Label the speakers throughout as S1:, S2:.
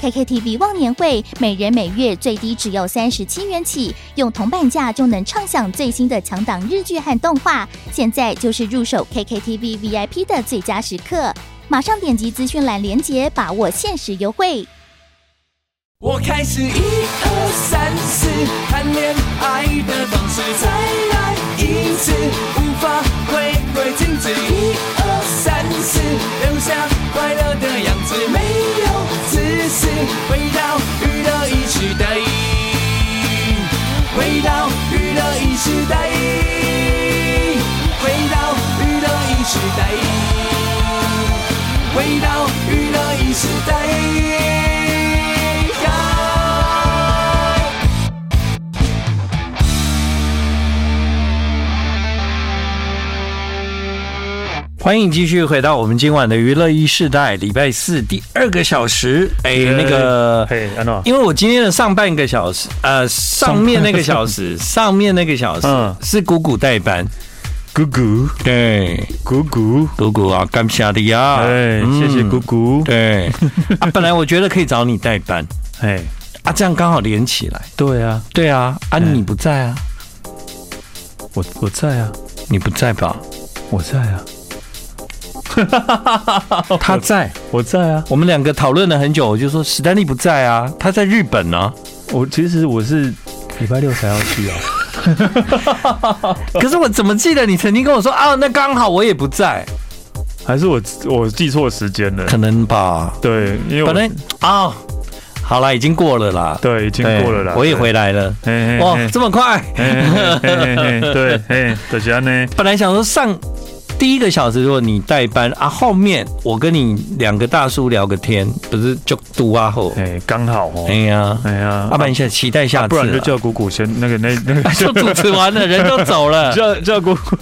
S1: KKTV 忘年会每人每月最低只要三十七元起，用铜板价就能畅享最新的强档日剧和动画。现在就是入手 KKTV VIP 的最佳时刻，马上点击资讯栏链接，把握限时优惠。
S2: 我开始一二三四谈恋爱的方式，再来一次，无法回归静止。一二三四，留下快乐的样子，没有自私，回到娱乐一时代，回到娱乐一时代，回到娱乐一时代，回到娱乐一时代。
S3: 欢迎继续回到我们今晚的娱乐一世代，礼拜四第二个小时。哎，那个，
S4: 嘿，啊安诺，
S3: 因为我今天的上半个小时，呃，上面那个小 时，上面那个小时
S4: 嗯
S3: 是姑姑代班，
S4: 姑姑，
S3: 对，
S4: 姑姑，
S3: 姑姑啊，感谢你啊，
S4: 哎，谢谢姑
S3: 姑，
S4: 姑，
S3: 对，啊，本来我觉得可以找你代班
S4: 哎，
S3: 啊，这样刚好连起来，
S4: 对啊，
S3: 对啊，啊，你不在啊，
S4: 我我在啊，
S3: 你不在吧？
S4: 我在啊，哦
S3: 他在，
S4: 我在啊，
S3: 我们两个讨论了很久，我就说史丹利不在啊，他在日本呢、
S4: 我其实我是礼拜六才要去 啊，
S3: 可是我怎么记得你曾经跟我说啊，那刚好我也不在，
S4: 还是我我记错时 间了？
S3: 可能吧？
S4: 对，因为我
S3: 本来啊、好啦，已经过了啦，
S4: 对已经
S3: 对
S4: 过了啦，
S3: 哎我也回来了。
S4: 来
S3: 哇，这么快！
S4: 嘿嘿嘿嘿 对，嘿，就是安呢，
S3: 本来想说上第一个小时，如果你代班啊，后面我跟你两个大叔聊个天，不是就嘟啊后，
S4: 哎，刚好哦
S3: 哎，呀，
S4: 哎呀，
S3: 阿你现在期待下次啦，啊
S4: 啊不然 就叫姑姑先那个那那个
S3: 就主持完了，人都走 了，
S4: 叫叫姑姑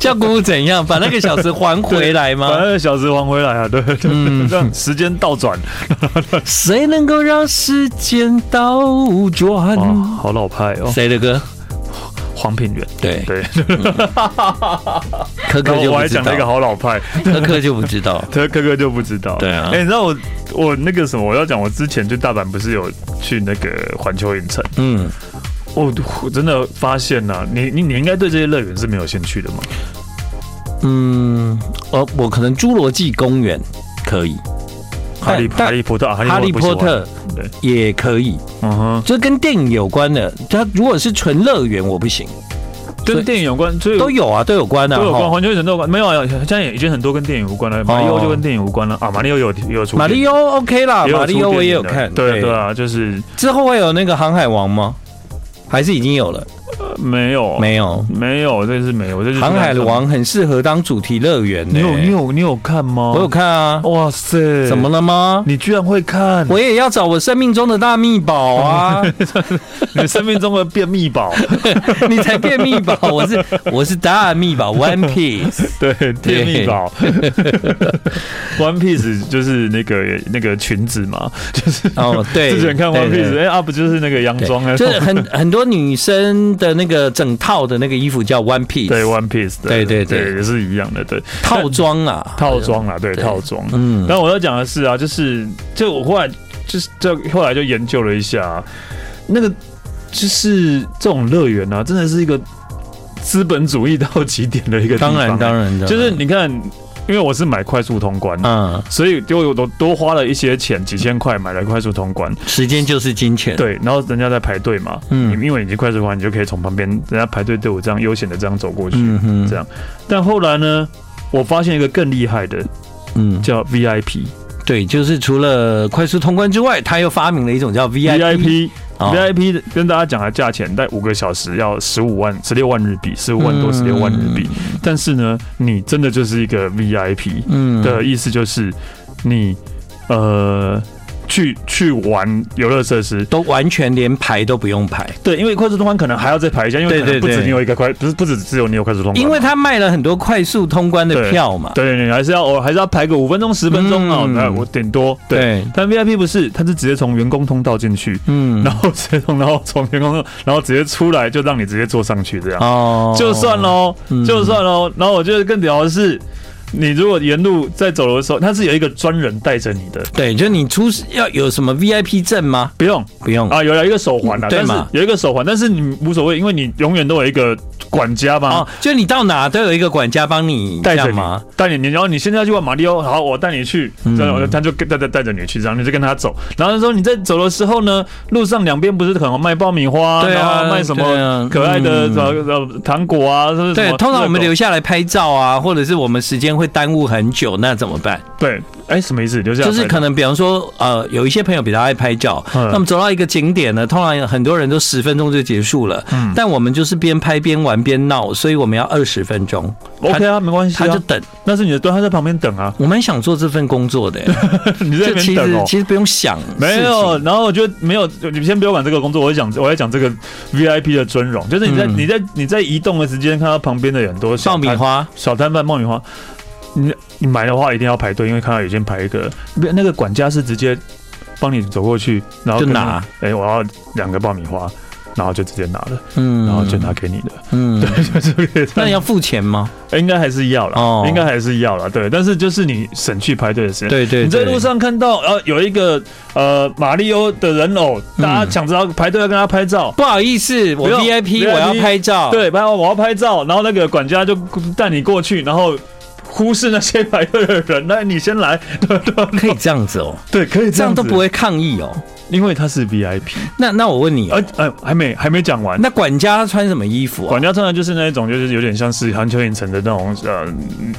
S3: 叫姑姑怎样把那个小时还回来
S4: 把
S3: 吗？
S4: 那个小时还回来啊，对对，
S3: 嗯
S4: 让时间倒转。
S3: 谁能够让时间倒转？
S4: 哇，好老派哦，
S3: 谁的歌？
S4: 黄品源。哎
S3: 对，
S4: 对，
S3: 可可
S4: 然后
S3: 就
S4: 我
S3: 不
S4: 还
S3: 知
S4: 讲
S3: 道
S4: 了一个，好老派，
S3: 可可就不知道。
S4: 可可可就不知道。
S3: 对啊
S4: 哎，你知道我我那个什么，我要讲，我之前去大阪不是有去那个环球影城，
S3: 嗯，
S4: 我我真的发现呐，你你你应该对这些乐园是没有兴趣的嘛？
S3: 嗯，我我可能侏罗纪公园可以，
S4: 哈利
S3: 但
S4: 哈利波特，啊
S3: 哈利波，特
S4: 不喜欢对，
S3: 也可以，
S4: 嗯哼，
S3: 就是跟电影有关的。它如果是纯乐园，我不行，所以
S4: 跟电影有哦关，所以
S3: 都有啊，都有关啊，
S4: 都有关，
S3: 哈。
S4: 环球影城都有关，没有啊，现在已经很多跟电影无关了，马里奥就跟电影无关了哦啊，马里奥有有出
S3: 马里
S4: 奥。啊
S3: 奥 OK 啦，
S4: 也有
S3: 马
S4: 出
S3: 里奥
S4: 电
S3: 我也
S4: 影
S3: 有
S4: 的
S3: 看。
S4: 对对啊，就是
S3: 之后会有那个航海王吗？还是已经有了？
S4: 呃没有
S3: 没有。
S4: 没有，这是没有，这是
S3: 航海王。很适合当主题乐园呢。
S4: 你有你有你有看吗？
S3: 我有看啊。
S4: 哇塞！
S3: 怎么？了吗？
S4: 你居然会看？
S3: 我也要找我生命中的大秘宝啊！
S4: 你生命中的便 秘宝？
S3: 你才变秘 宝，我是我是大秘宝 One Piece。
S4: 对，便秘 宝。One Piece 就是那个那个裙子嘛，就是
S3: 哦，对，
S4: 之前看
S3: 对
S4: One
S3: 对
S4: Piece，哎啊，不就是那个洋装啊？
S3: 就是很很多女生的那个整套的那个衣服叫 One Piece，
S4: 对 One Piece，的
S3: 对对对
S4: 也是一样的，对
S3: 套装啊，
S4: 套装啦，对套装。啊
S3: 嗯，
S4: 但我要讲的是啊，就是就我后来就是就后来就研究了一下、啊那个就是这种乐园啊，真的是一个资本主义到极点的一个地方
S3: 当然当，然的，
S4: 就是你看，因为我是买快速通关。
S3: 嗯，
S4: 所以就有多多花了一些钱，几千块买了快速通关，
S3: 时间就是金钱，，
S4: 对，然后人家在排队嘛，
S3: 嗯
S4: 嗯，因为你快速通关，你就可以从旁边人家排队队伍这样悠闲的这样走过去，
S3: 嗯
S4: 这
S3: 哼，
S4: 样。但后来呢，我发现一个更厉害的
S3: 嗯，
S4: 叫 VIP，
S3: 对，就是除了快速通关之外，他又发明了一种叫 VIP，
S4: VIP
S3: 哦
S4: VIP 的跟大家讲下价钱，在五个小时要十五万、十六万日币，十五万多、
S3: 嗯
S4: 十六万日币。但是呢，你真的就是一个 VIP
S3: 嗯
S4: 的意思，就是你呃去去玩游乐设施。
S3: 都完全连排都不用排，
S4: 对，因为快速通关可能还要再排一下，因为
S3: 对
S4: 可能
S3: 对
S4: 不止
S3: 对
S4: 你有一个快，不是不止只有你有快速通关嘛，
S3: 因为他卖了很多快速通关的票嘛。
S4: 对对，你还是要偶尔还是要排个五分钟、十分钟哦，
S3: 嗯
S4: 那我顶多对。
S3: 对，
S4: 但 VIP 不是，他是直接从员工通道进去，
S3: 嗯
S4: 然，后直接从然后从员工通道，然后直接出来就让你直接坐上去这样，
S3: 哦
S4: 就算喽
S3: 嗯，
S4: 就算喽。然后我觉得更屌的是，你如果沿路在走的时候，他是有一个专人带着你的，
S3: 对，就你出示要有什么 VIP 证吗？
S4: 不用
S3: 不用，
S4: 啊，有了一个手环啊，
S3: 嗯对
S4: 但是
S3: 嘛
S4: 有一个手环，但是你无所谓，因为你永远都有一个管家嘛
S3: 哦，，就你到哪都有一个管家帮你
S4: 带
S3: 这
S4: 着
S3: 样
S4: 你
S3: 吗？，
S4: 啊带你，你然后你现在要去玩马里奥，哦好，我带你去，
S3: 嗯
S4: 然后他就跟带带带着你去，然后你就跟他走。然后他说你在走的时候呢，路上两边不是可能卖爆米花，
S3: 对啊
S4: 然后卖什
S3: 对啊
S4: 么可爱的
S3: 嗯
S4: 呃呃糖果啊，是不是什
S3: 对
S4: 么，
S3: 通常我们
S4: 热狗
S3: 留下来拍照啊，或者是我们时间会耽误很久，那怎么办？
S4: 对，哎，什么意思？留下
S3: 就是可
S4: 能
S3: 能，比方说，呃，有一些朋友比较爱拍照，
S4: 嗯
S3: 那我们走到一个景点呢，通常很多人都十分钟就结束了，
S4: 嗯
S3: 但我们就是边拍边玩边闹，所以我们要二十分钟，
S4: OK 啊，没关系
S3: 他就
S4: 啊，
S3: 等。
S4: 那是你的，对，他在旁边等 啊，
S3: 我蛮想做这份工作的、欸，
S4: 你 在
S3: 就
S4: 那
S3: 其
S4: 边等
S3: 实
S4: 哦。
S3: 其实不用想，
S4: 没有，，然后我觉得没有，你先不要管这个工作，我讲我要讲这个 VIP 的尊荣，就是你在、
S3: 嗯
S4: 你在你在移动的时间看到旁边的人都
S3: 爆
S4: 上
S3: 米花
S4: 小摊贩爆米花，你你买的话一定要排队，因为看到有间排一个，那那个管家是直接帮你走过去，然后
S3: 就
S4: 跟你
S3: 拿，，
S4: 哎、我要两个爆米花，然后就直接拿了，
S3: 嗯
S4: 然后就拿，给你哦 的，
S3: 嗯，
S4: 对，
S3: 那你
S4: 要
S3: 要付钱吗？
S4: 呃应该还是要啦，
S3: 哦
S4: 应该还是要啦，对，但是就是你省去排队的时间。
S3: 对对，
S4: 你在
S3: 对
S4: 路上看到，呃，有一个呃马里欧的人偶，大家抢着要排队要跟他拍照，
S3: 不好意思，我
S4: 不用
S3: VIP
S4: 不
S3: 我
S4: 用
S3: 要
S4: 你
S3: 拍照，
S4: 对，然后我要拍照，然后那个管家就带你过去，然后忽视那些排队的人，那你先来， 对对
S3: 可以这样子哦、
S4: 对，可以
S3: 这样都
S4: 子
S3: 不，会抗议哦、
S4: 因为他是 VIP，
S3: 那那我问你、哦
S4: 而呃还没还没讲完。
S3: 那管家穿什么衣服啊？
S4: 管家穿的就是那一种，就是有点像是环球影城的那种呃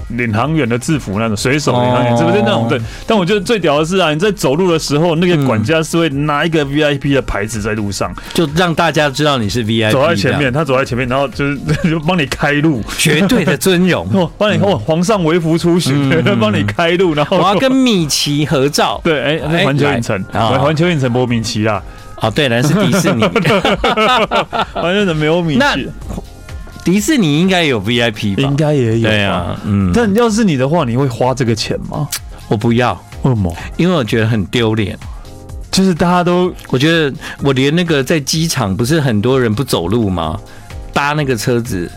S4: 领航员的制服那种，水手领航员
S3: 哦
S4: 是不是那种？对。但我觉得最屌的是啊，你在走路的时候，那个
S3: 嗯
S4: 管家是会拿一个 VIP 的牌子在路上，
S3: 就让大家知道你是 VIP，
S4: 走在前
S3: 这样，
S4: 面，他走在前面，然后就是 就帮你开路，。
S3: 绝对的尊荣
S4: 哦，帮你哦，皇上微服出巡，
S3: 嗯嗯
S4: 帮你开路，然后
S3: 我要跟米奇合照。
S4: 哦对，哎、
S3: 哎
S4: 那环球影城，
S3: 来啊
S4: 环环球影城没有米奇啦，
S3: 哦，对，那是迪士 尼，
S4: 环球影城没有米
S3: 那
S4: 奇，
S3: 迪士尼应该有 VIP 吧？
S4: 该也
S3: 对啊，嗯，
S4: 但要是你的话，你会花这个钱吗？
S3: 我不要，
S4: 为什么？
S3: 因为我觉得很丢脸。
S4: 就是大家都
S3: 我觉得我连那个在机场不是很多人不走路吗？搭那个车子，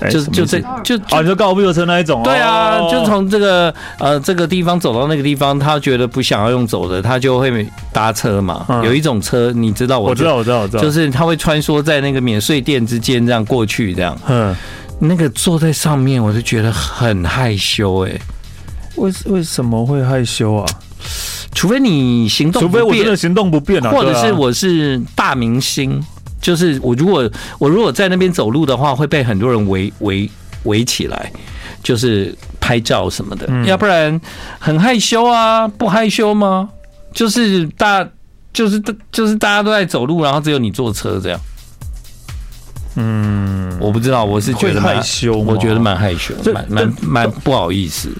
S4: 哎
S3: 就
S4: 什么意
S3: 就
S4: 思
S3: 在就就
S4: 啊，你说高尔夫球车那一种，
S3: 对啊，
S4: 哦
S3: 就从这个呃这个地方走到那个地方，他觉得不想要用走的，他就会搭车嘛。
S4: 嗯
S3: 有一种车，你知道我
S4: 我知道，我知道，我知道，
S3: 就是他会穿梭在那个免税店之间这样过去，这样
S4: 嗯，
S3: 那个坐在上面，我就觉得很害羞哎、
S4: 为为什么会害羞啊？
S3: 除非你行动
S4: 除非
S3: 不
S4: 我真
S3: 便
S4: 的，行动不便啊，
S3: 或者
S4: 对啊
S3: 是我是大明星，就是我如果我如果在那边走路的话，会被很多人围围围起来，就是拍照什么的，
S4: 嗯
S3: 要不然很害羞啊，不害羞吗？就是大。就是就是大家都在走路，然后只有你坐车这样，
S4: 嗯，
S3: 我不知道，我是觉
S4: 会
S3: 得蛮
S4: 害羞吗，
S3: 我觉得蛮害羞，
S4: 这
S3: 蛮蛮蛮不好意思的。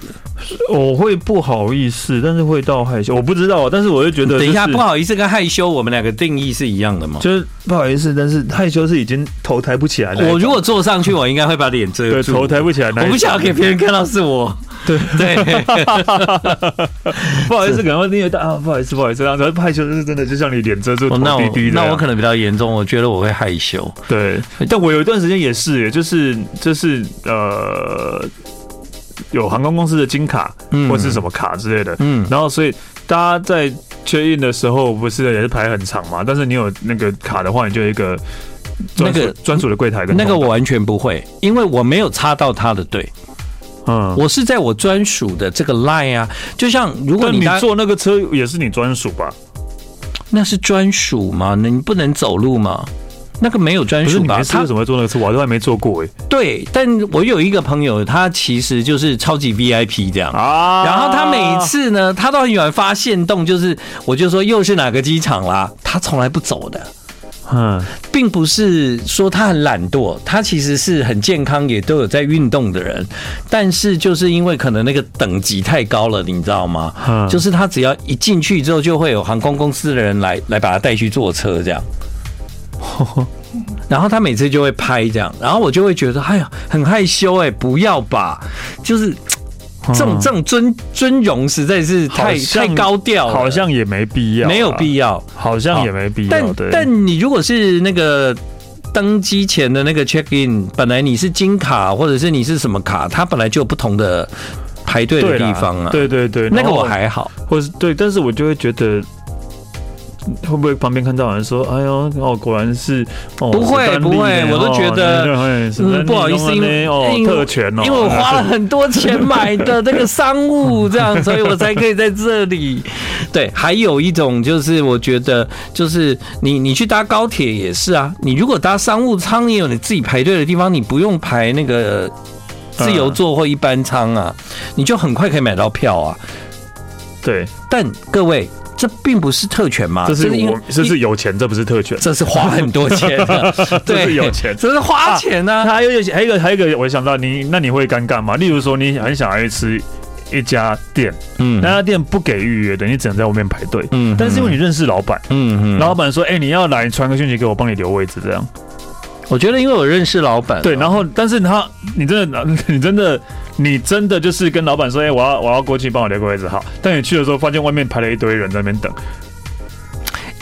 S4: 我会不好意思，但是会到害羞，我不知道，但是我就觉得、
S3: 等一下，
S4: 就是
S3: 不好意思跟害羞，我们两个定义是一样的吗？
S4: 就是不好意思，但是害羞是已经头抬不起来那一种。
S3: 我如果坐上去，我应该会把脸遮
S4: 对
S3: 住。
S4: 头抬不起来那
S3: 我
S4: 一种，
S3: 不想要给别人看到是我。对 对，
S4: 不好意思，可能会因为大啊，不好意思，不好意思，这样子害羞就是真的，就像你脸遮住头
S3: 那我
S4: 低低的。
S3: 那我可能比较严重，我觉得我会害羞。
S4: 对，但我有一段时间也是耶，就是就是呃，有航空公司的金卡
S3: 嗯
S4: 或是什么卡之类的，
S3: 嗯
S4: 然后所以大家在确认的时候不是也是排很长嘛，但是你有那个卡的话，你就有一个专
S3: 那
S4: 属
S3: 个
S4: 专属的柜台跟
S3: 那个
S4: 通道
S3: 我完全不会，因为我没有插到他的队，
S4: 嗯。
S3: 我是在我专属的这个 line 啊。就像如果
S4: 但
S3: 你
S4: 你
S3: 搭
S4: 坐那个车也是你专属吧？
S3: 那是专属嘛，你不能走路嘛。那个没有专
S4: 可是
S3: 属
S4: 你
S3: 吧
S4: 没？吃为
S3: 他
S4: 什么会做那个吃？我都还没做过哎、
S3: 对，但我有一个朋友，他其实就是超级 VIP 这样
S4: 啊
S3: 然后他每次呢，他都很喜欢发现动，就是我就说又是哪个机场啦，他从来不走的，
S4: 嗯
S3: 并不是说他很懒惰，他其实是很健康，也都有在运动的人，但是就是因为可能那个等级太高了，你知道吗？
S4: 嗯
S3: 就是他只要一进去之后，就会有航空公司的人来来把他带去坐车 这样。然后他每次就会拍这样，然后我就会觉得，哎呀，很害羞哎、不要吧，就是这种这种尊尊容实在是太
S4: 嗯好像
S3: 太高调了，
S4: 好像啊也没必要、
S3: 哦没有必
S4: 要，
S3: 要。
S4: 好像也没必要
S3: 但
S4: 对。
S3: 但你如果是那个登机前的那个 check in，本来你是金卡或者是你是什么卡，它本来就有不同的排队的
S4: 对啦
S3: 地方啊。，
S4: 对对对，
S3: 那个
S4: 然后
S3: 我还好。
S4: 或是对，但是我就会觉得。会不会旁边看到有人说：“哎呦，哦，果然是哦，
S3: 不会
S4: 史丹利
S3: 不会
S4: 呢
S3: 我都
S4: 哦
S3: 觉得
S4: 你这人史丹利
S3: 嗯，不好意思，因
S4: 弄了
S3: 为
S4: 呢哦，
S3: 因为
S4: 特权哦，
S3: 因为我花了很多钱买的那个商务，这样，所以我才可以在这里。对，还有一种就是，我觉得就是你你去搭高铁也是啊，你如果搭商务舱，也有你自己排队的地方，你不用排那个自由座或一般舱啊，你就很快可以买到票啊。
S4: 对，
S3: 但各位，这并不啊是特权嘛，
S4: 这是
S3: 因为
S4: 我这是有钱，这不是特权。
S3: 这是花很多钱的，
S4: 这
S3: 对，
S4: 是有钱
S3: 这是花钱 啊。
S4: 还有一个还有一个还有一个，我想到你，那你会尴尬吗？例如说，你很想要去吃一家店，
S3: 嗯
S4: 那家店不给预约的，你只能在外面排队。
S3: 嗯
S4: 但是因为你认识老板，
S3: 嗯嗯，
S4: 老板说：“哎，你要来，你传个讯息给我，帮你留位置。”这样
S3: 我觉得因为我认识老板啊，
S4: 对，然后但是他，你真的， 你真的，你真的就是跟老板说：“哎，我要我要过去，帮我留个位置。”好，但你去的时候发现外面排了一堆人在那边等，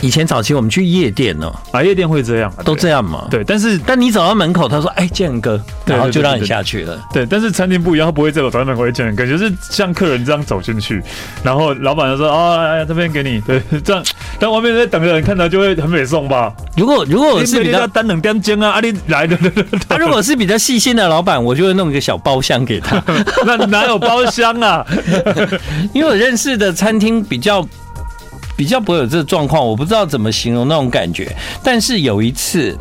S3: 以前早期我们去夜店哦，
S4: 啊，夜店会这样啊，
S3: 都这
S4: 样。
S3: 样嘛。，
S4: 对，但是
S3: 但你走到门口，他说：“哎，建哥。”
S4: 对
S3: 然后就
S4: 对对
S3: 让你
S4: 对
S3: 下去了。
S4: 对，但是餐厅不一样，他不会在我在门口会见人，感觉是像客人这样走进去，然后老板就说：“啊、来来这边给你。”对，这样，但外面在等的人看到就会很美送吧？
S3: 如果如果我
S4: 你
S3: 是
S4: 是
S3: 比
S4: 你
S3: 较
S4: 要单冷单煎啊，啊你来的，
S3: 他如果是比较细心的老板，我就会弄一个小包厢给他，
S4: 那哪有包厢啊？
S3: 因为我认识的餐厅比较。比较不会有这个状况，我不知道怎么形容那种感觉。但是有一次，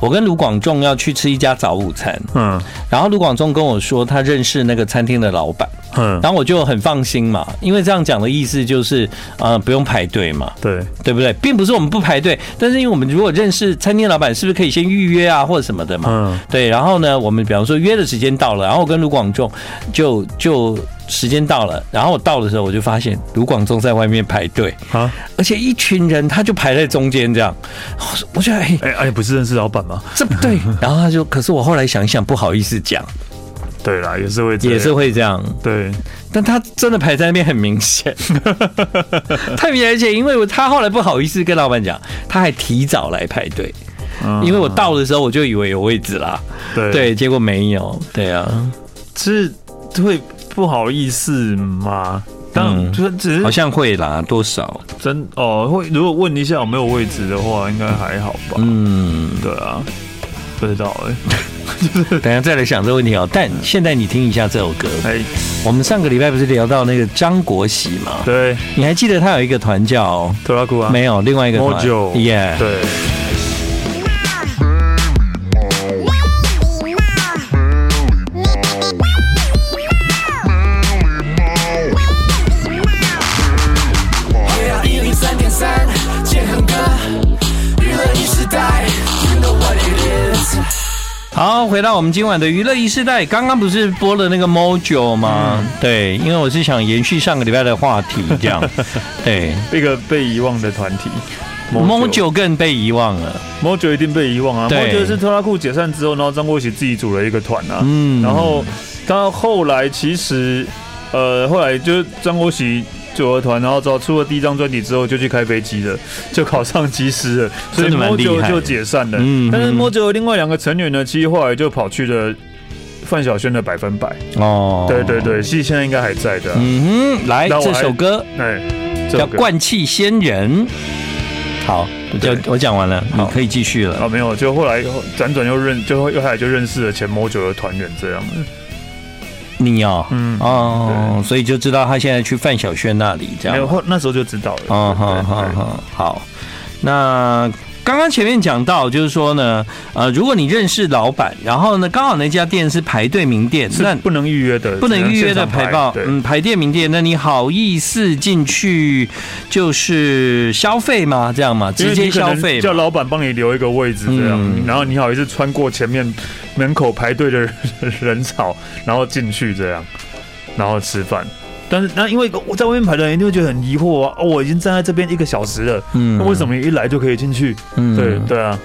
S3: 我跟卢广仲要去吃一家早午餐，
S4: 嗯
S3: 然后卢广仲跟我说他认识那个餐厅的老板，
S4: 嗯，
S3: 然后我就很放心嘛，因为这样讲的意思就是，呃，不用排队嘛。
S4: 对，
S3: 对不对？并不是我们不排队，但是因为我们如果认识餐厅老板，是不是可以先预约啊，或者什么的嘛？
S4: 嗯
S3: 对，然后呢，我们比方说约的时间到了，然后我跟卢广仲就就时间到了，然后我到的时候我就发现卢广仲在外面排队，哎
S4: 啊，
S3: 而且一群人他就排在中间这样，我觉得哎，
S4: 哎、哎，你不是认识老板吗？
S3: 这不对。然后他就，可是我后来想一想，不好意思讲，
S4: 对啦，也是会这样，
S3: 也是会这样，
S4: 对，
S3: 但他真的排在那边很明显，太明显，而且因为我他后来不好意思跟老板讲，他还提早来排队。
S4: 嗯
S3: 因为我到的时候我就以为有位置啦，
S4: 对
S3: 对，结果没有，对啊，
S4: 是会不好意思吗？当
S3: 嗯
S4: 然，就是只是
S3: 好像会啦，多少？
S4: 真哦，会如果问一下有没有位置的话，应该还好吧？
S3: 嗯，
S4: 对啊，不知道哎、
S3: 等一下再来想这个问题哦。但现在你听一下这首歌，
S4: 哎、
S3: 我们上个礼拜不是聊到那个张国喜吗？
S4: 对，
S3: 你还记得他有一个团叫
S4: 特拉库啊，
S3: 没有？另外一个团
S4: ，Mojo，
S3: 耶，
S4: 对，
S2: Yeah，一零三点三，健康歌，娱乐一时代，You know what it is。
S3: 好，回到我们今晚的娱乐一世代，刚刚不是播了那个 Mojo 吗？
S4: 嗯
S3: 对，因为我是想延续上个礼拜的话题，这 样，对
S4: 一个被遗忘的团体。
S3: ，Mojo 更被遗忘了，
S4: Mojo 一定被遗忘啊
S3: 对
S4: ！Mojo 是特拉库解散之后，然后张国喜自己组了一个团啊。
S3: 嗯
S4: 然后他后来其实，呃，后来就是张国喜组了团，然后找出了第一张专辑之后，就去开飞机了， 就考上机师了，所以
S3: 真的蛮厉害的
S4: Mojo 就解散了。
S3: 嗯
S4: 但是
S3: 嗯
S4: Mojo 的另外两个成员呢，其实后来就跑去了。范晓萱的百分百，
S3: 哦，
S4: 对对对，其实现在应该还在的啊、
S3: 嗯哼，来
S4: 那我
S3: 这
S4: 还
S3: 首歌
S4: 哎、这
S3: 叫
S4: 首
S3: 《
S4: 歌
S3: 灌气仙人》。好，我
S4: 对
S3: 就我讲完了，你可以继续了。
S4: 啊，没有，就后来辗转又认，就后又后来就认识了前 Mojo 的团员这样。
S3: 你哦，
S4: 嗯
S3: 哦，所以就知道他现在去范晓萱那里，这
S4: 没有，
S3: 样。哦
S4: 后那时候就知道了。
S3: 哦，好
S4: 对
S3: 好
S4: 对
S3: 好，好。那刚刚前面讲到，就是说呢，呃，如果你认识老板，然后呢，刚好那家店是排队名店，
S4: 是
S3: 那
S4: 不能预约的，
S3: 不能预约的
S4: 只能现
S3: 排
S4: 场
S3: 报，
S4: 对，
S3: 嗯，排店名店，那你好意思进去就是消费吗？这样嘛，
S4: 因
S3: 直
S4: 为
S3: 接
S4: 你可
S3: 消
S4: 能
S3: 费
S4: 叫
S3: 嘛。
S4: 老板帮你留一个位置这样，
S3: 嗯
S4: 然后你好意思穿过前面门口排队的人人潮，然后进去这样，然后吃饭。但是那因为我在外面排的人一定会觉得很疑惑啊，哦，我已经站在这边一个小时了，
S3: 嗯
S4: 那为什？么你一来就可以进去？
S3: 嗯
S4: 对对啊，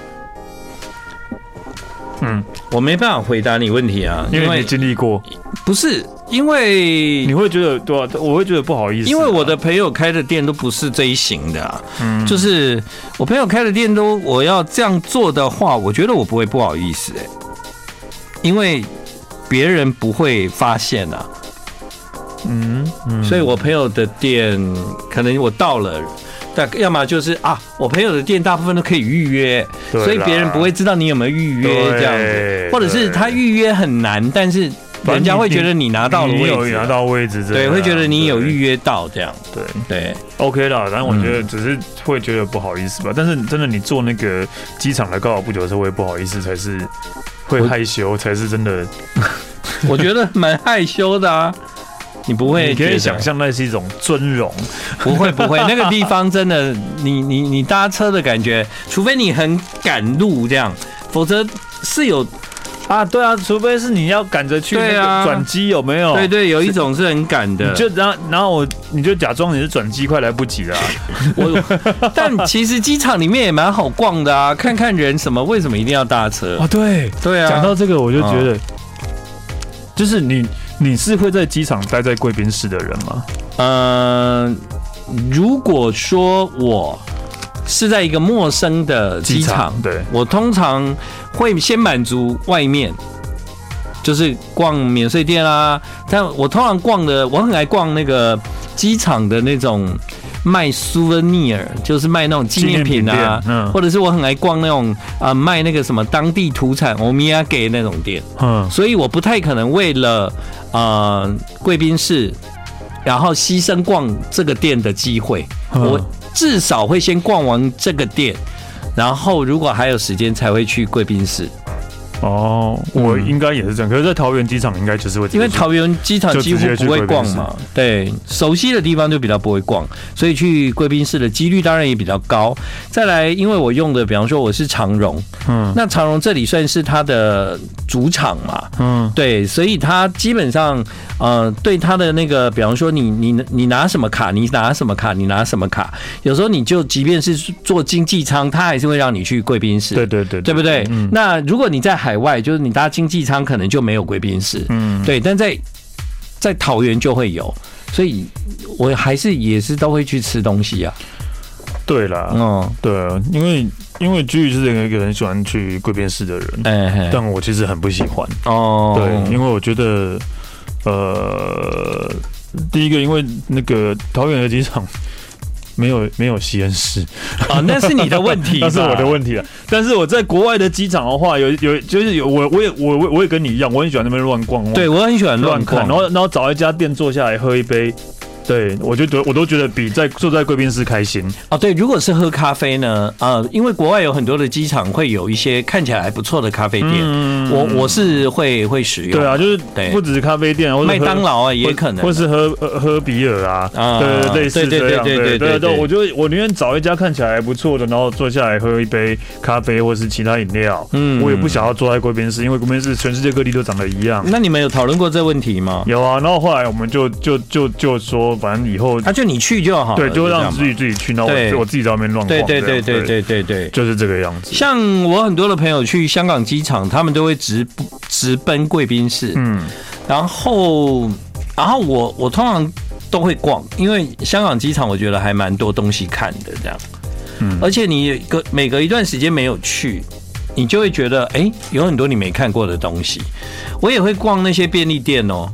S4: 嗯，
S3: 我没办法回答你问题啊，
S4: 因
S3: 因
S4: 为你
S3: 为
S4: 经历过，
S3: 不是因为
S4: 你会觉得对啊，我会觉得不好意思啊，
S3: 因为我的朋友开的店都不是这一型的、啊，
S4: 嗯
S3: 就是我朋友开的店都，我要这样做的话，我觉得我不会不好意思、欸，因为别人不会发现啊，
S4: 嗯嗯，
S3: 所以我朋友的店可能我到了。大要么就是啊，我朋友的店大部分都可以预约，
S4: 对啦
S3: 所以别人不会知道你有没有预约
S4: 对
S3: 这样子，或者是
S4: 对
S3: 他预约很难，但是
S4: 反正
S3: 人家
S4: 你
S3: 会觉得你拿到了
S4: 你
S3: 位
S4: 有
S3: 置
S4: 拿
S3: 啊，
S4: 到位置这
S3: 对，
S4: 样啊，
S3: 会觉得你有
S4: 对
S3: 预约到这样，
S4: 对。
S3: 对，
S4: OK 啦，然后我觉得只是会觉得不好意思吧，但是真的你做那个机场的高尔不久的时候，我也不好意思，才是会
S3: 我
S4: 害羞，才是真的。
S3: 我觉得蛮害羞的啊。你不会
S4: 你可
S3: 觉
S4: 以
S3: 得
S4: 想，象那是一种尊荣，
S3: 不会 不会，那个地方真的，你你你搭车的感觉，除非你很赶路这样，否则是有
S4: 啊，对啊，除非是你要赶着去那
S3: 对啊
S4: 个转机，有没有？
S3: 对对，有一种是很赶的
S4: 你。就然后然后我你就假装你是转机，快来不及了啊、
S3: 我但其实机场里面也蛮好逛的啊，看看人什么，为什么一定要搭车？
S4: 啊！对，
S3: 对啊，
S4: 讲到这个，我就觉得，就是你你是会在机场待在贵宾室的人吗？
S3: 嗯，如果说我是在一个陌生的机场，
S4: 对，
S3: 我通常会先满足外面，就是逛免税店啊。但我通常逛的，我很爱逛那个机场的那种卖 souvenir，就是卖那种纪念品啊，
S4: 纪念品店嗯
S3: 或者是我很爱逛那种啊、呃卖那个什么当地土产欧米亚给那种店。
S4: 嗯，
S3: 所以我不太可能为了呃贵宾室，然后牺牲逛这个店的机会。
S4: 嗯
S3: 我至少会先逛完这个店，然后如果还有时间才会去贵宾室，
S4: 哦，我
S3: 嗯
S4: 应该也是这样，可是，在桃园机场应该就是会直接
S3: 因为
S4: 去
S3: 桃园机场
S4: 就
S3: 几
S4: 直
S3: 乎
S4: 接去
S3: 不会
S4: 贵宾
S3: 逛
S4: 室
S3: 嘛。对，熟悉的地方就比较不会逛，所以去贵宾室的几率当然也比较高。再来，因为我用的，比方说我是长荣，
S4: 嗯
S3: 那长荣这里算是它的主场嘛，
S4: 嗯
S3: 对，所以他基本上，呃，对他的那个，比方说你你你拿什么卡，你拿什么卡，你拿什么卡，有时候你就即便是坐经济舱，他还是会让你去贵宾室，
S4: 对对对，
S3: 对不对？
S4: 嗯
S3: 那如果你在海外，就是你搭经济舱，可能就没有贵宾室，
S4: 嗯，
S3: 对，但在在桃园就会有，所以我还是也是都会去吃东西啊，
S4: 对啦，
S3: 嗯，
S4: 对，啊因为因为居宇是一个很喜欢去贵宾室的人，
S3: 哎、嘿
S4: 但我其实很不喜欢，
S3: 哦，
S4: 对，因为我觉得，呃，第一个因为那个桃园的机场 没有没有吸烟室，
S3: 啊，那是你的问题，
S4: 那是我的。问题了。但是我在国外的机场的话，有有就是有我我也我我我也跟你一样，我很喜欢那边乱逛，
S3: 对，我很喜欢
S4: 乱
S3: 乱
S4: 看，
S3: 逛，
S4: 然后然后找一家店坐下来喝一杯，对我就觉得我都觉得比在坐在贵宾室开心。
S3: 哦，对，如果是喝咖啡呢，呃，因为国外有很多的机场会有一些看起来还不错的咖啡店，
S4: 嗯
S3: 我我是会会使用，
S4: 对啊，，就是
S3: 对
S4: 不只是咖啡店，或者
S3: 麦
S4: 喝
S3: 当。劳啊也
S4: 或
S3: 可能，
S4: 或是喝喝喝比尔啊，
S3: 啊
S4: 对对对，类似
S3: 对对
S4: 这样，
S3: 对对
S4: 对
S3: 对对
S4: 对对，我就我宁愿找一家看起来还不错的，然后坐下来喝一杯咖啡或是其他饮料，
S3: 嗯
S4: 嗯，我也不想要坐在贵宾室，因为贵宾室全世界各地都长得一样。
S3: 那你们有讨论过这个问题吗？
S4: 有啊，然后后来我们就就就就说，反正以后
S3: 啊，就你去就好了，
S4: 对，就让
S3: 这样嘛
S4: 自己自己去，然后
S3: 对
S4: 我我自己在外面乱逛，
S3: 对对
S4: 这
S3: 对
S4: 样
S3: 对，对对对。
S4: 就是这个样子。
S3: 像我很多的朋友去香港机场，他们都会直直奔贵宾室，
S4: 嗯，
S3: 然后然后我我通常都会逛，因为香港机场我觉得还蛮多东西看的这样，
S4: 嗯
S3: 而且你隔每隔一段时间没有去，你就会觉得哎、诶有很多你没看过的东西。我也会逛那些便利店哦，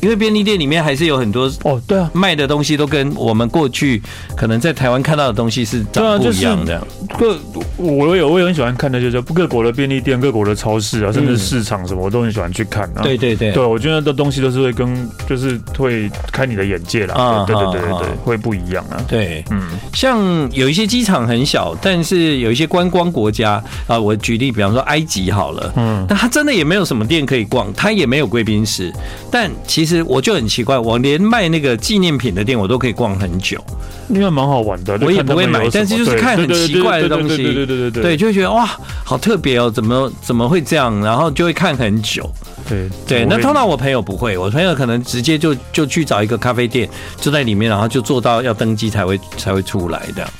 S3: 因为便利店里面还是有很多
S4: 哦，对啊，
S3: 卖的东西都跟我们过去可能在台湾看到的东西是
S4: 对啊
S3: 长不
S4: 就
S3: 一
S4: 是
S3: 样的。
S4: 各我我有我也很喜欢看那些就各国的便利店、各国的超市啊，甚至市场什么，我都很喜欢去看啊。
S3: 嗯对对对
S4: 对，我觉得的东西都是会跟，就是会开你的眼界啦
S3: 啊。
S4: 对对对
S3: 啊
S4: 对对
S3: 啊，
S4: 会不一样啊。
S3: 对，
S4: 嗯，
S3: 像有一些机场很小，但是有一些观光国家啊、我举例，比方说埃及好了，
S4: 嗯
S3: 嗯，但它真的也没有什么店可以逛，它也没有贵宾室，但其实我就很奇怪，我连卖那个纪念品的店我都可以逛很久，
S4: 因为蛮好玩的，就
S3: 我也
S4: 看他
S3: 不会
S4: 们
S3: 买
S4: 有什
S3: 但
S4: 么
S3: 是就是
S4: 对
S3: 看
S4: 对
S3: 很
S4: 对
S3: 奇
S4: 对
S3: 怪的
S4: 对对
S3: 东西
S4: 对对对对对
S3: 对，就会觉得哇，好特别哦，怎么怎么会这样，然后就会看很久，
S4: 对
S3: 对，
S4: 我
S3: 那
S4: 会
S3: 通常我朋友不会，我朋友可能直接就就去找一个咖啡店，就在里面，然后就坐到要登机才会才会出来这样。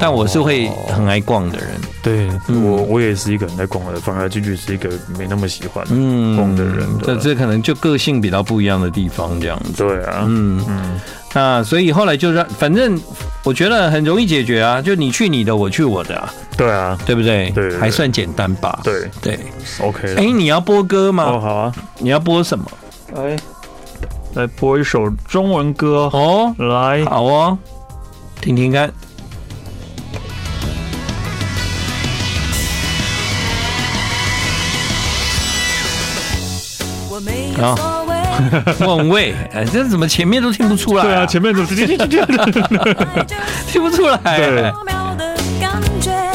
S3: 但我是会
S4: 哦
S3: 很爱逛的人，
S4: 对
S3: 嗯
S4: 我我也是一个人在逛的，反而进去是一个没那么喜欢。
S3: 嗯，
S4: 逛的人对
S3: 这这可能就个性比较不一样的地方这样子。
S4: 对啊，
S3: 嗯，
S4: 嗯，
S3: 那所以后来就让，反正我觉得很容易解决啊，就你去你的，我去我的、啊，
S4: 对啊，
S3: 对不对？
S4: 对对对
S3: 还算简单吧。
S4: 对
S3: 对，
S4: ，OK 了
S3: 哎、。你要播歌吗？
S4: 哦，好啊，
S3: 你要播什么？
S4: 来来播一首中文歌，
S3: 哎哦，
S4: 来，
S3: 好哦，听听 看。
S2: 我没
S3: 有
S2: 所谓，
S3: 问位，哎，这怎么前面都听不出来、啊？
S4: 对啊，前面怎么
S2: 爱着
S3: 听不出来、
S4: 对
S2: 巧妙的感觉，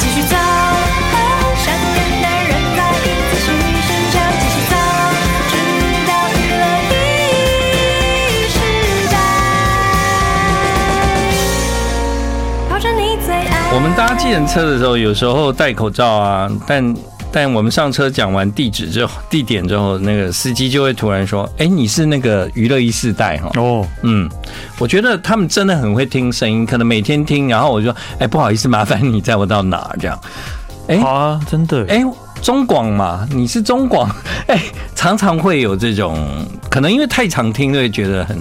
S2: 继续造啊，善良的人在彼此是生效，继续造，直到娱乐一时代，抛着你最爱。
S3: 我们搭计程车的时候，有时候戴口罩啊，但但我们上车讲完地址之后，地点之后，那个司机就会突然说：“哎、你是那个娱乐一世代哈？”
S4: 哦，
S3: 嗯，我觉得他们真的很会听声音，可能每天听，然后我就说：“哎、不好意思，麻烦你载我到哪儿？”这样，哎
S4: 好啊，真的，
S3: 哎、中广嘛，你是中广，哎、常常会有这种，可能因为太常听，就会觉得很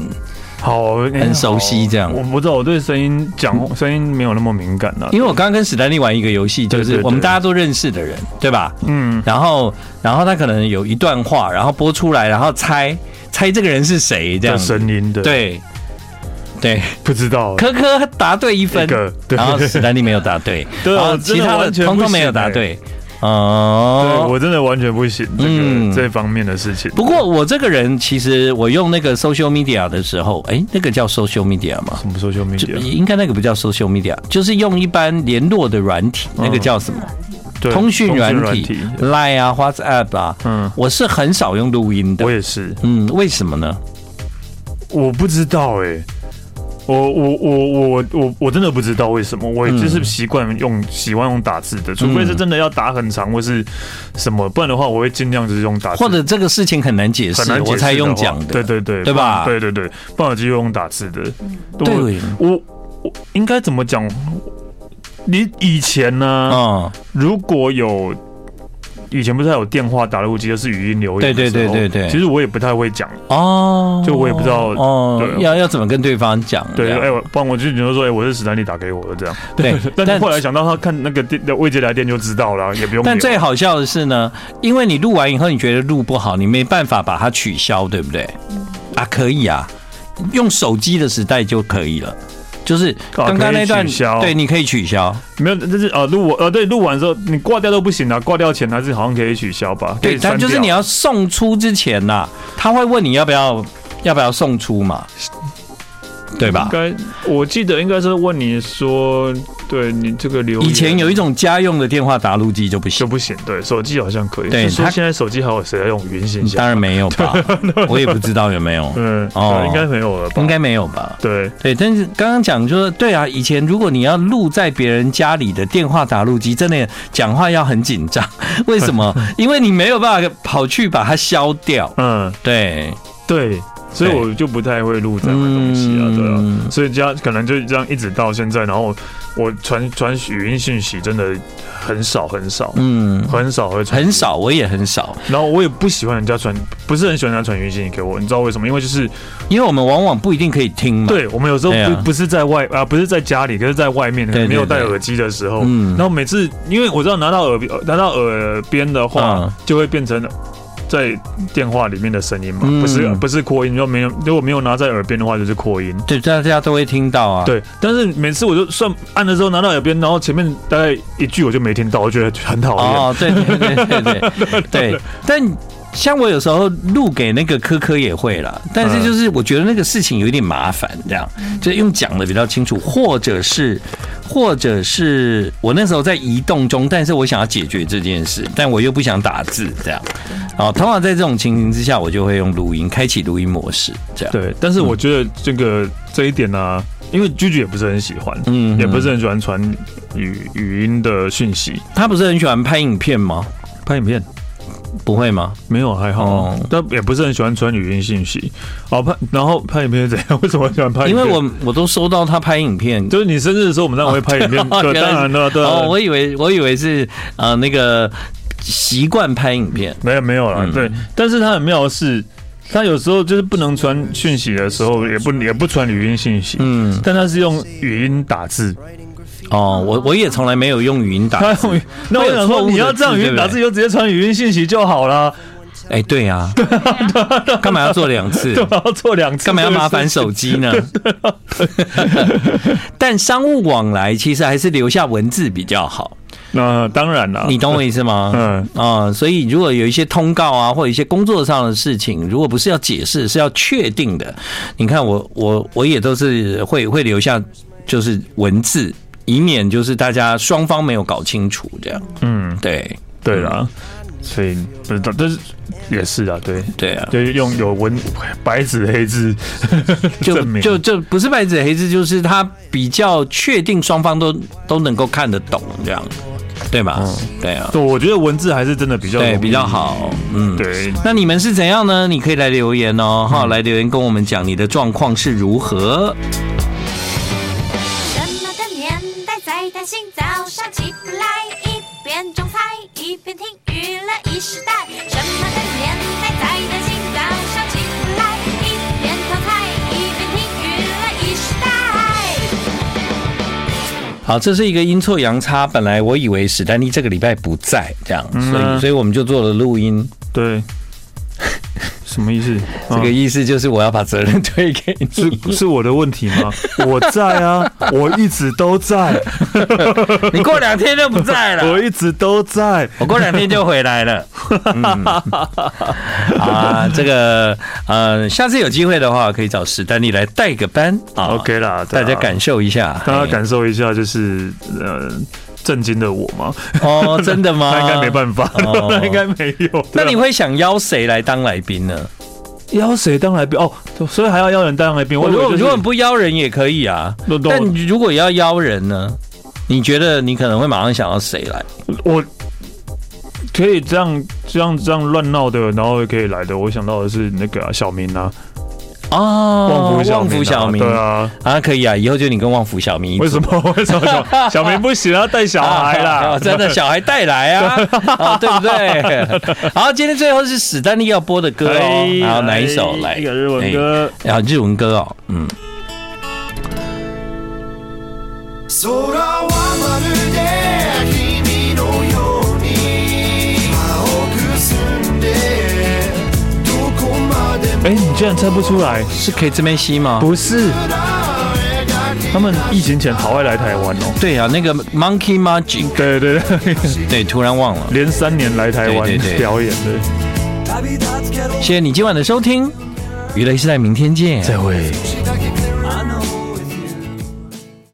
S4: 好，
S3: 很熟悉这样
S4: 我不知道，我对声音讲声音没有那么敏感啊。
S3: 嗯因为我刚刚跟史丹利玩一个游戏，就
S4: 对对
S3: 是
S4: 对
S3: 我们大家都认识的人，对吧？
S4: 嗯，
S3: 然后，然后他可能有一段话，然后播出来，然后猜猜这个人是谁，这
S4: 的
S3: 样子。
S4: 声音的，，
S3: 对，对，
S4: 不知道，
S3: 科科答对一分
S4: 一个，对
S3: 然后史丹利没有答对，
S4: 对
S3: 然后
S4: 我真
S3: 其
S4: 的
S3: 他的
S4: 完全
S3: 通
S4: 不
S3: 通没有
S4: 行
S3: 答
S4: 欸
S3: 对。
S4: 对
S3: 哦，
S4: 我真的完全不行这
S3: 嗯
S4: 个这方面的事情。
S3: 不过我这个人其实我用那个 social media 的时候，哎，那个叫 social media 吗？
S4: 什么 social
S3: 就
S4: media？
S3: 应该那个不叫 social media，就是用一般联络的软体，那个
S4: 嗯
S3: 叫什么？
S4: 对
S3: 通讯软体
S4: 通讯软
S3: ，Line 啊、WhatsApp 啊，
S4: 嗯，
S3: 我是很少用录音的
S4: 我。也是，
S3: 嗯，为什么呢？
S4: 我不知道哎、我我我我我我真的不知道为什么，我就是习惯用
S3: 嗯
S4: 习惯用打字的，除非是真的要打很长或是什么，不然的话我会尽量就是用打字，
S3: 或者这个事情很难解释
S4: 很难，解
S3: 我
S4: 释
S3: 才
S4: 的
S3: 用
S4: 话
S3: 讲的。
S4: 对对对，
S3: 对吧嗯
S4: 不然对对对，不然我就用打字的。
S3: 对
S4: 我我我应该怎么讲？你以前呢、
S3: 嗯，
S4: 如果有以前不是还有电话打入机，就是语音留言
S3: 对
S4: 的
S3: 对
S4: 时候，
S3: 对对对
S4: 其实我也不太会讲，
S3: 哦，
S4: 就我也不知道
S3: 哦，
S4: 对
S3: 要要怎么跟对方讲？
S4: 对，
S3: 这样
S4: 哎、我不然我就觉得说，哎、我是史丹利打给我的这 样。
S3: 对，
S4: 但是后来想到他看那个电未接来电就知道了，也不用留。
S3: 但最好笑的是呢，因为你录完以后，你觉得录不好，你没办法把它取消，对不对？啊，可以啊，用手机的时代就可以了。就是刚刚那
S4: 啊可
S3: 段
S4: 以取消，
S3: 对，你可以取消。
S4: 没有，就是啊，录我呃，对，录完之后你挂掉都不行啊，挂掉前还是好像可以取消吧？可
S3: 对，
S4: 以删
S3: 但就是
S4: 掉啊
S3: 你要送出之前呐、他会问你要不要要不要送出嘛，对吧
S4: 应？该我记得应该是问你说，对你这个留言
S3: 以前有一种家用的电话打录机就不
S4: 就
S3: 行，
S4: 不行，对手机好像可以，
S3: 对
S4: 是说
S3: 他
S4: 现在手机还有谁在用语音信
S3: 当
S4: 箱？
S3: 然没有 吧，我也不知道有没有，
S4: 嗯，
S3: 哦
S4: 对应该没有了吧？
S3: 应该没有吧。
S4: 对
S3: 对，但是刚刚讲就是对啊，以前如果你要录在别人家里的电话打录机，真的讲话要很紧张。为什 么？因为你没有办法跑去把它消掉。
S4: 嗯
S3: 对，
S4: 对，所以
S3: 对
S4: 我就不太会录这样的东西啊，对啊。
S3: 嗯
S4: 所以这样可能就这样一直到现在，然后我传传语音讯息真的很少很少
S3: 嗯，
S4: 很少会传，
S3: 很。少，我也很少，
S4: 然后我也不喜欢人家传，不是很喜欢人家传语音信息给我，你知道为什么？因为就是
S3: 因为我们往往不一定可以听嘛。
S4: 对我们有时候不、
S3: 对啊
S4: 不是在外啊，不是在家里，可是在外面，可
S3: 对对
S4: 能没有戴
S3: 对
S4: 耳机的时候，
S3: 嗯
S4: 然后每次因为我知道拿到耳拿到耳边的话，
S3: 嗯
S4: 就会变成在电话里面的声音嘛，
S3: 嗯
S4: 不是不是扩音，如果没有如果没有拿在耳边的话，就是扩音。
S3: 对，大家都会听到啊。，
S4: 对，但是每次我就算按的时候拿到耳边，然后前面大概一句我就没听到，我觉得很讨厌。
S3: 哦，对对对对对 对对，但。像我有时候录给那个科科也会啦，但是就是我觉得那个事情有一点麻烦，这样
S4: 嗯
S3: 就是用讲的比较清楚，或者是，或者是我那时候在移动中，但是我想要解决这件事，但我又不想打字这样，
S4: 嗯
S3: 哦，通常在这种情形之下，我就会用录音，开启录音模式这样，
S4: 对，但是我觉得这个这一点呢、因为居居也不是很喜欢，
S3: 嗯
S4: 也不是很喜欢传语语音的讯息，
S3: 他不是很喜欢拍影片吗？
S4: 拍影片。
S3: 不会吗？
S4: 没有，还好，
S3: 哦
S4: 但也不是很喜欢传语音信息。哦，拍，然后拍影片是怎样？为 什么喜欢拍影
S3: 因
S4: 片？
S3: 为我我都收到他拍影片，
S4: 就是你生日的时候，我们当然会拍影 片，
S3: 哦
S4: 对，
S3: 原来
S4: 当然了，对。
S3: 哦，我以为我以为是呃那个习惯拍影片，
S4: 没有没有啦，
S3: 嗯
S4: 对。但是它很妙的是，它有时候就是不能传讯息的时候，也不也不传语音信息，
S3: 嗯，
S4: 但它是用语音打字。
S3: 哦，我我也从来没有用语音打
S4: 它
S3: 字，
S4: 用语，那我想
S3: 会有错误
S4: 说，
S3: 的
S4: 你要这样语
S3: 字对
S4: 音
S3: 不
S4: 打
S3: 对
S4: 字，你就直接传语音信息就好啦，
S3: 哎、对呀、啊，干嘛要做两次？
S4: 干嘛要做两次？
S3: 干嘛要麻烦？手机呢？ 但商务往来其实还是留下文字比较好，
S4: 那当然 啦，
S3: 你懂我意思吗？
S4: 嗯
S3: 啊、所以如果有一些通告啊，或者一些工作上的事情，如果不是要解释，是要确定的，你看我我我也都是会会留下就是文字，以免就是大家双方没有搞清楚这样。
S4: 嗯，
S3: 对
S4: 对啦，所以不知道，但是也是啊，对。
S3: 对啊，
S4: 就是用有文白纸黑字
S3: 就
S4: 证明，
S3: 就就不是白纸黑字，就是他比较确定双方都都能够看得懂这样，对吧？对啊，
S4: 对，我觉得文字还是真的比较
S3: 对
S4: 嗯容易
S3: 比较，好，嗯。
S4: 对，
S3: 那你们是怎样呢？你可以来留言哦，哈，来留言跟我们讲你的状况是如何。
S5: 什么的年代在担心？早上起不来，一边种菜一边听娱乐一时代。什么的年代在担心？早上起不来，一边淘菜一边听娱乐一时代。
S3: 好，这是一个阴错阳差。本来我以为史丹利这个礼拜不在，这样，
S4: 嗯
S3: 所
S4: 啊
S3: 以所以我们就做了录音。
S4: 对，什么意思？
S3: 这
S4: 啊
S3: 个意思就是我要把责任推给你。
S4: 个是是我的问题 吗？我在啊，我一直都 在，
S3: 你过两天就不在了，
S4: 我一直都在。
S3: 我过两天就回来了。嗯、好 啊，这个呃，下次有机会的话，可以找史丹利来带个班啊。
S4: OK 啦，对
S3: 大
S4: 啊
S3: 家感受一下，
S4: 大家感受一下，就是呃，震惊的我吗？
S3: 哦，真的 吗？
S4: 那应该没办法，
S3: 哦
S4: 啊 那应该没有。对
S3: 那
S4: 啊
S3: 你会想邀谁来当来宾呢？
S4: 邀谁当来宾？哦，所以还要邀人当来宾。
S3: 我
S4: 以
S3: 如
S4: 为
S3: 果
S4: 就是
S3: 如果不邀人也可以啊，
S4: 那那我
S3: 但如果要邀人呢？你觉得你可能会马上想到谁来？
S4: 我可以这样这样这样乱闹的，然后也可以来的。我想到的是那个、啊、小明啊，
S3: 哦
S4: 旺福小明、
S3: 明
S4: 啊，对啊，
S3: 啊，可以啊，以后就你跟旺福小明一组
S4: 为什么 为什么 小小明不行啊？带小孩
S3: 啊
S4: 啦，
S3: 真的小孩带来啊， 啊，对不 对？好，今天最后是史丹利要播的歌哦，
S4: 哎
S3: 然后哪一首来？
S4: 一个日文歌，
S3: 哎，啊，日文歌哦，嗯，
S2: 空はまるで君のように青く澄んでどこまでも
S4: 哎、你居然猜不出来？
S3: 是 K 这边西吗？
S4: 不
S2: 描
S4: 是，
S2: き
S4: 他们疫情前好爱来台湾哦。
S3: 对啊，那个 Monkey Magic，
S4: 对对对，
S3: 对，突然忘了。
S4: 连三年来台湾
S3: 对对对
S4: 表演的，
S2: 旅立つけど
S3: 谢谢你今晚的收听，娱乐时代，明天见。
S4: 会。
S2: 次第